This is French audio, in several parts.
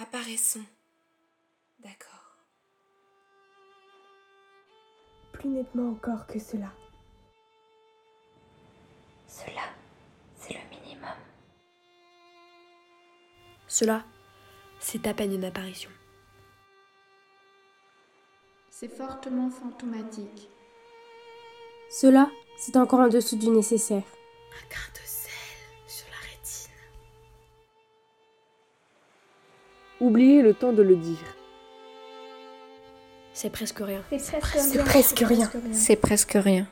Apparaissons. D'accord. Plus nettement encore que cela. Cela, c'est le minimum. Cela, c'est à peine une apparition. C'est fortement fantomatique. Cela, c'est encore en dessous du nécessaire. Un grain de sel sur la rétine. Oubliez le temps de le dire. C'est presque rien. C'est presque, presque, presque, rien. C'est presque rien.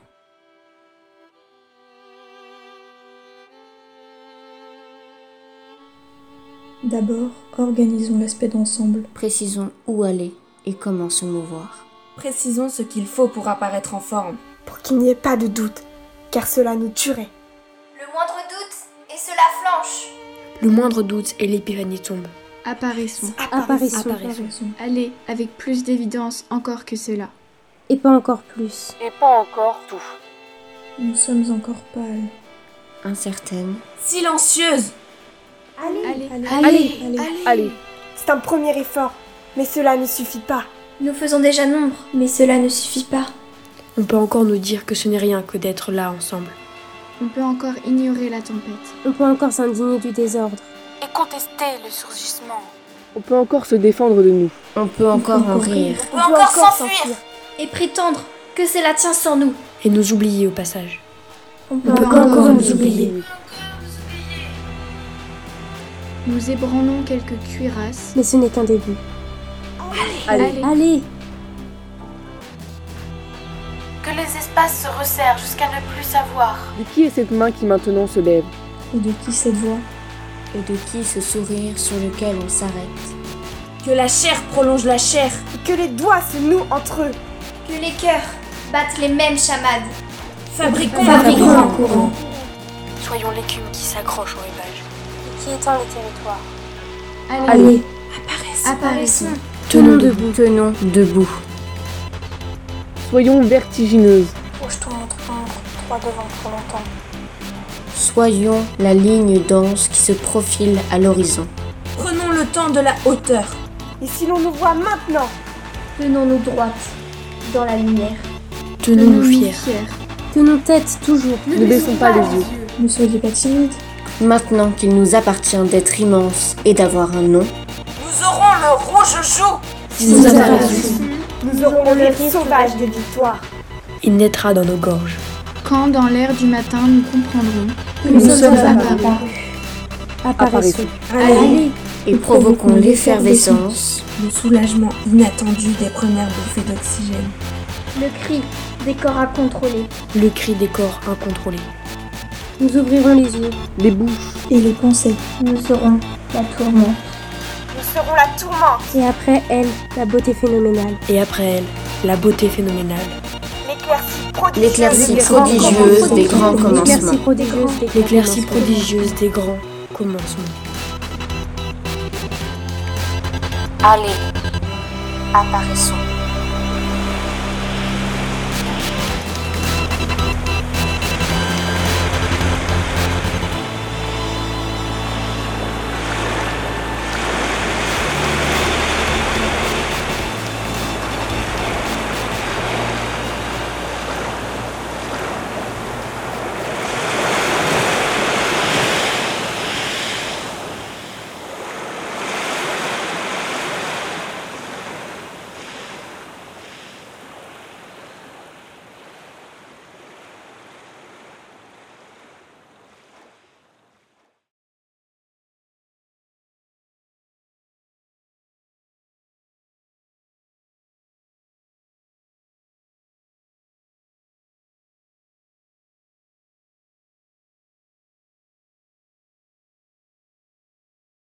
D'abord, organisons l'aspect d'ensemble. Précisons où aller et comment se mouvoir. Précisons ce qu'il faut pour apparaître en forme. Pour qu'il n'y ait pas de doute, car cela nous tuerait. Le moindre doute et cela flanche. Le moindre doute et l'épiphanie tombe. Apparaissons. Apparaissons. Apparaissons. Allez, avec plus d'évidence encore que cela. Et pas encore plus. Et pas encore tout. Nous sommes encore pâles. Incertaines. Silencieuses. Allez, allez, Allez, allez, Allez, c'est un premier effort, mais cela ne suffit pas. Nous faisons déjà nombre, mais cela ne suffit pas. On peut encore nous dire que ce n'est rien que d'être là ensemble. On peut encore ignorer la tempête. On peut encore s'indigner du désordre. Et contester le surgissement. on peut encore se défendre de nous. On peut encore en rire. On peut encore s'enfuir. Et prétendre que cela tient sans nous. Et nous oublier au passage. On On peut encore nous oublier. Nous ébranlons quelques cuirasses. Mais ce n'est qu'un début. Allez, Allez, Que les espaces se resserrent jusqu'à ne plus savoir. De qui est cette main qui maintenant se lève Et de qui cette voix Et de qui ce sourire sur lequel on s'arrête Que la chair prolonge la chair. que les doigts se nouent entre eux. Que les cœurs battent les mêmes chamades. Fabriquons Fabriquons un un courant. Soyons l'écume qui s'accroche au rivage. Qui étend les territoires. allez, Allez, Apparaissons. apparaissons. Tenons debout. Tenons debout. Soyons vertigineuses. Couche-toi entre un, trois devant trop longtemps. Soyons la ligne dense qui se profile à l'horizon. Prenons le temps de la hauteur. et si l'on nous voit maintenant Tenons-nous droites dans la lumière. Tenons-nous fiers. Tenons tête toujours. Ne baissons pas les yeux. Ne soyez pas timide. Maintenant qu'il nous appartient d'être immenses et d'avoir un nom, Nous aurons le rouge joue. Nous apparaissons. Nous aurons le rire sauvage de victoire. Il naîtra dans nos gorges. Quand dans l'air du matin nous comprendrons, Nous sommes apparus. Apparaissons. Allez. et provoquons l'effervescence, Le soulagement inattendu des premières bouffées d'oxygène. Le cri des corps à contrôler. Le cri des corps incontrôlés. Nous ouvrirons les yeux. Les bouches. Et les pensées. Nous serons la tourmente. Nous serons la tourmente, Et après elle, la beauté phénoménale. Et après elle, la beauté phénoménale. l'éclaircie prodigieuse. l'éclaircie Des grands prodigieuse des commencements. grands L'éclaircie commencements. prodigieuse des L'éclaircie commencements. prodigieuse des grands commencements. Allez, apparaissons.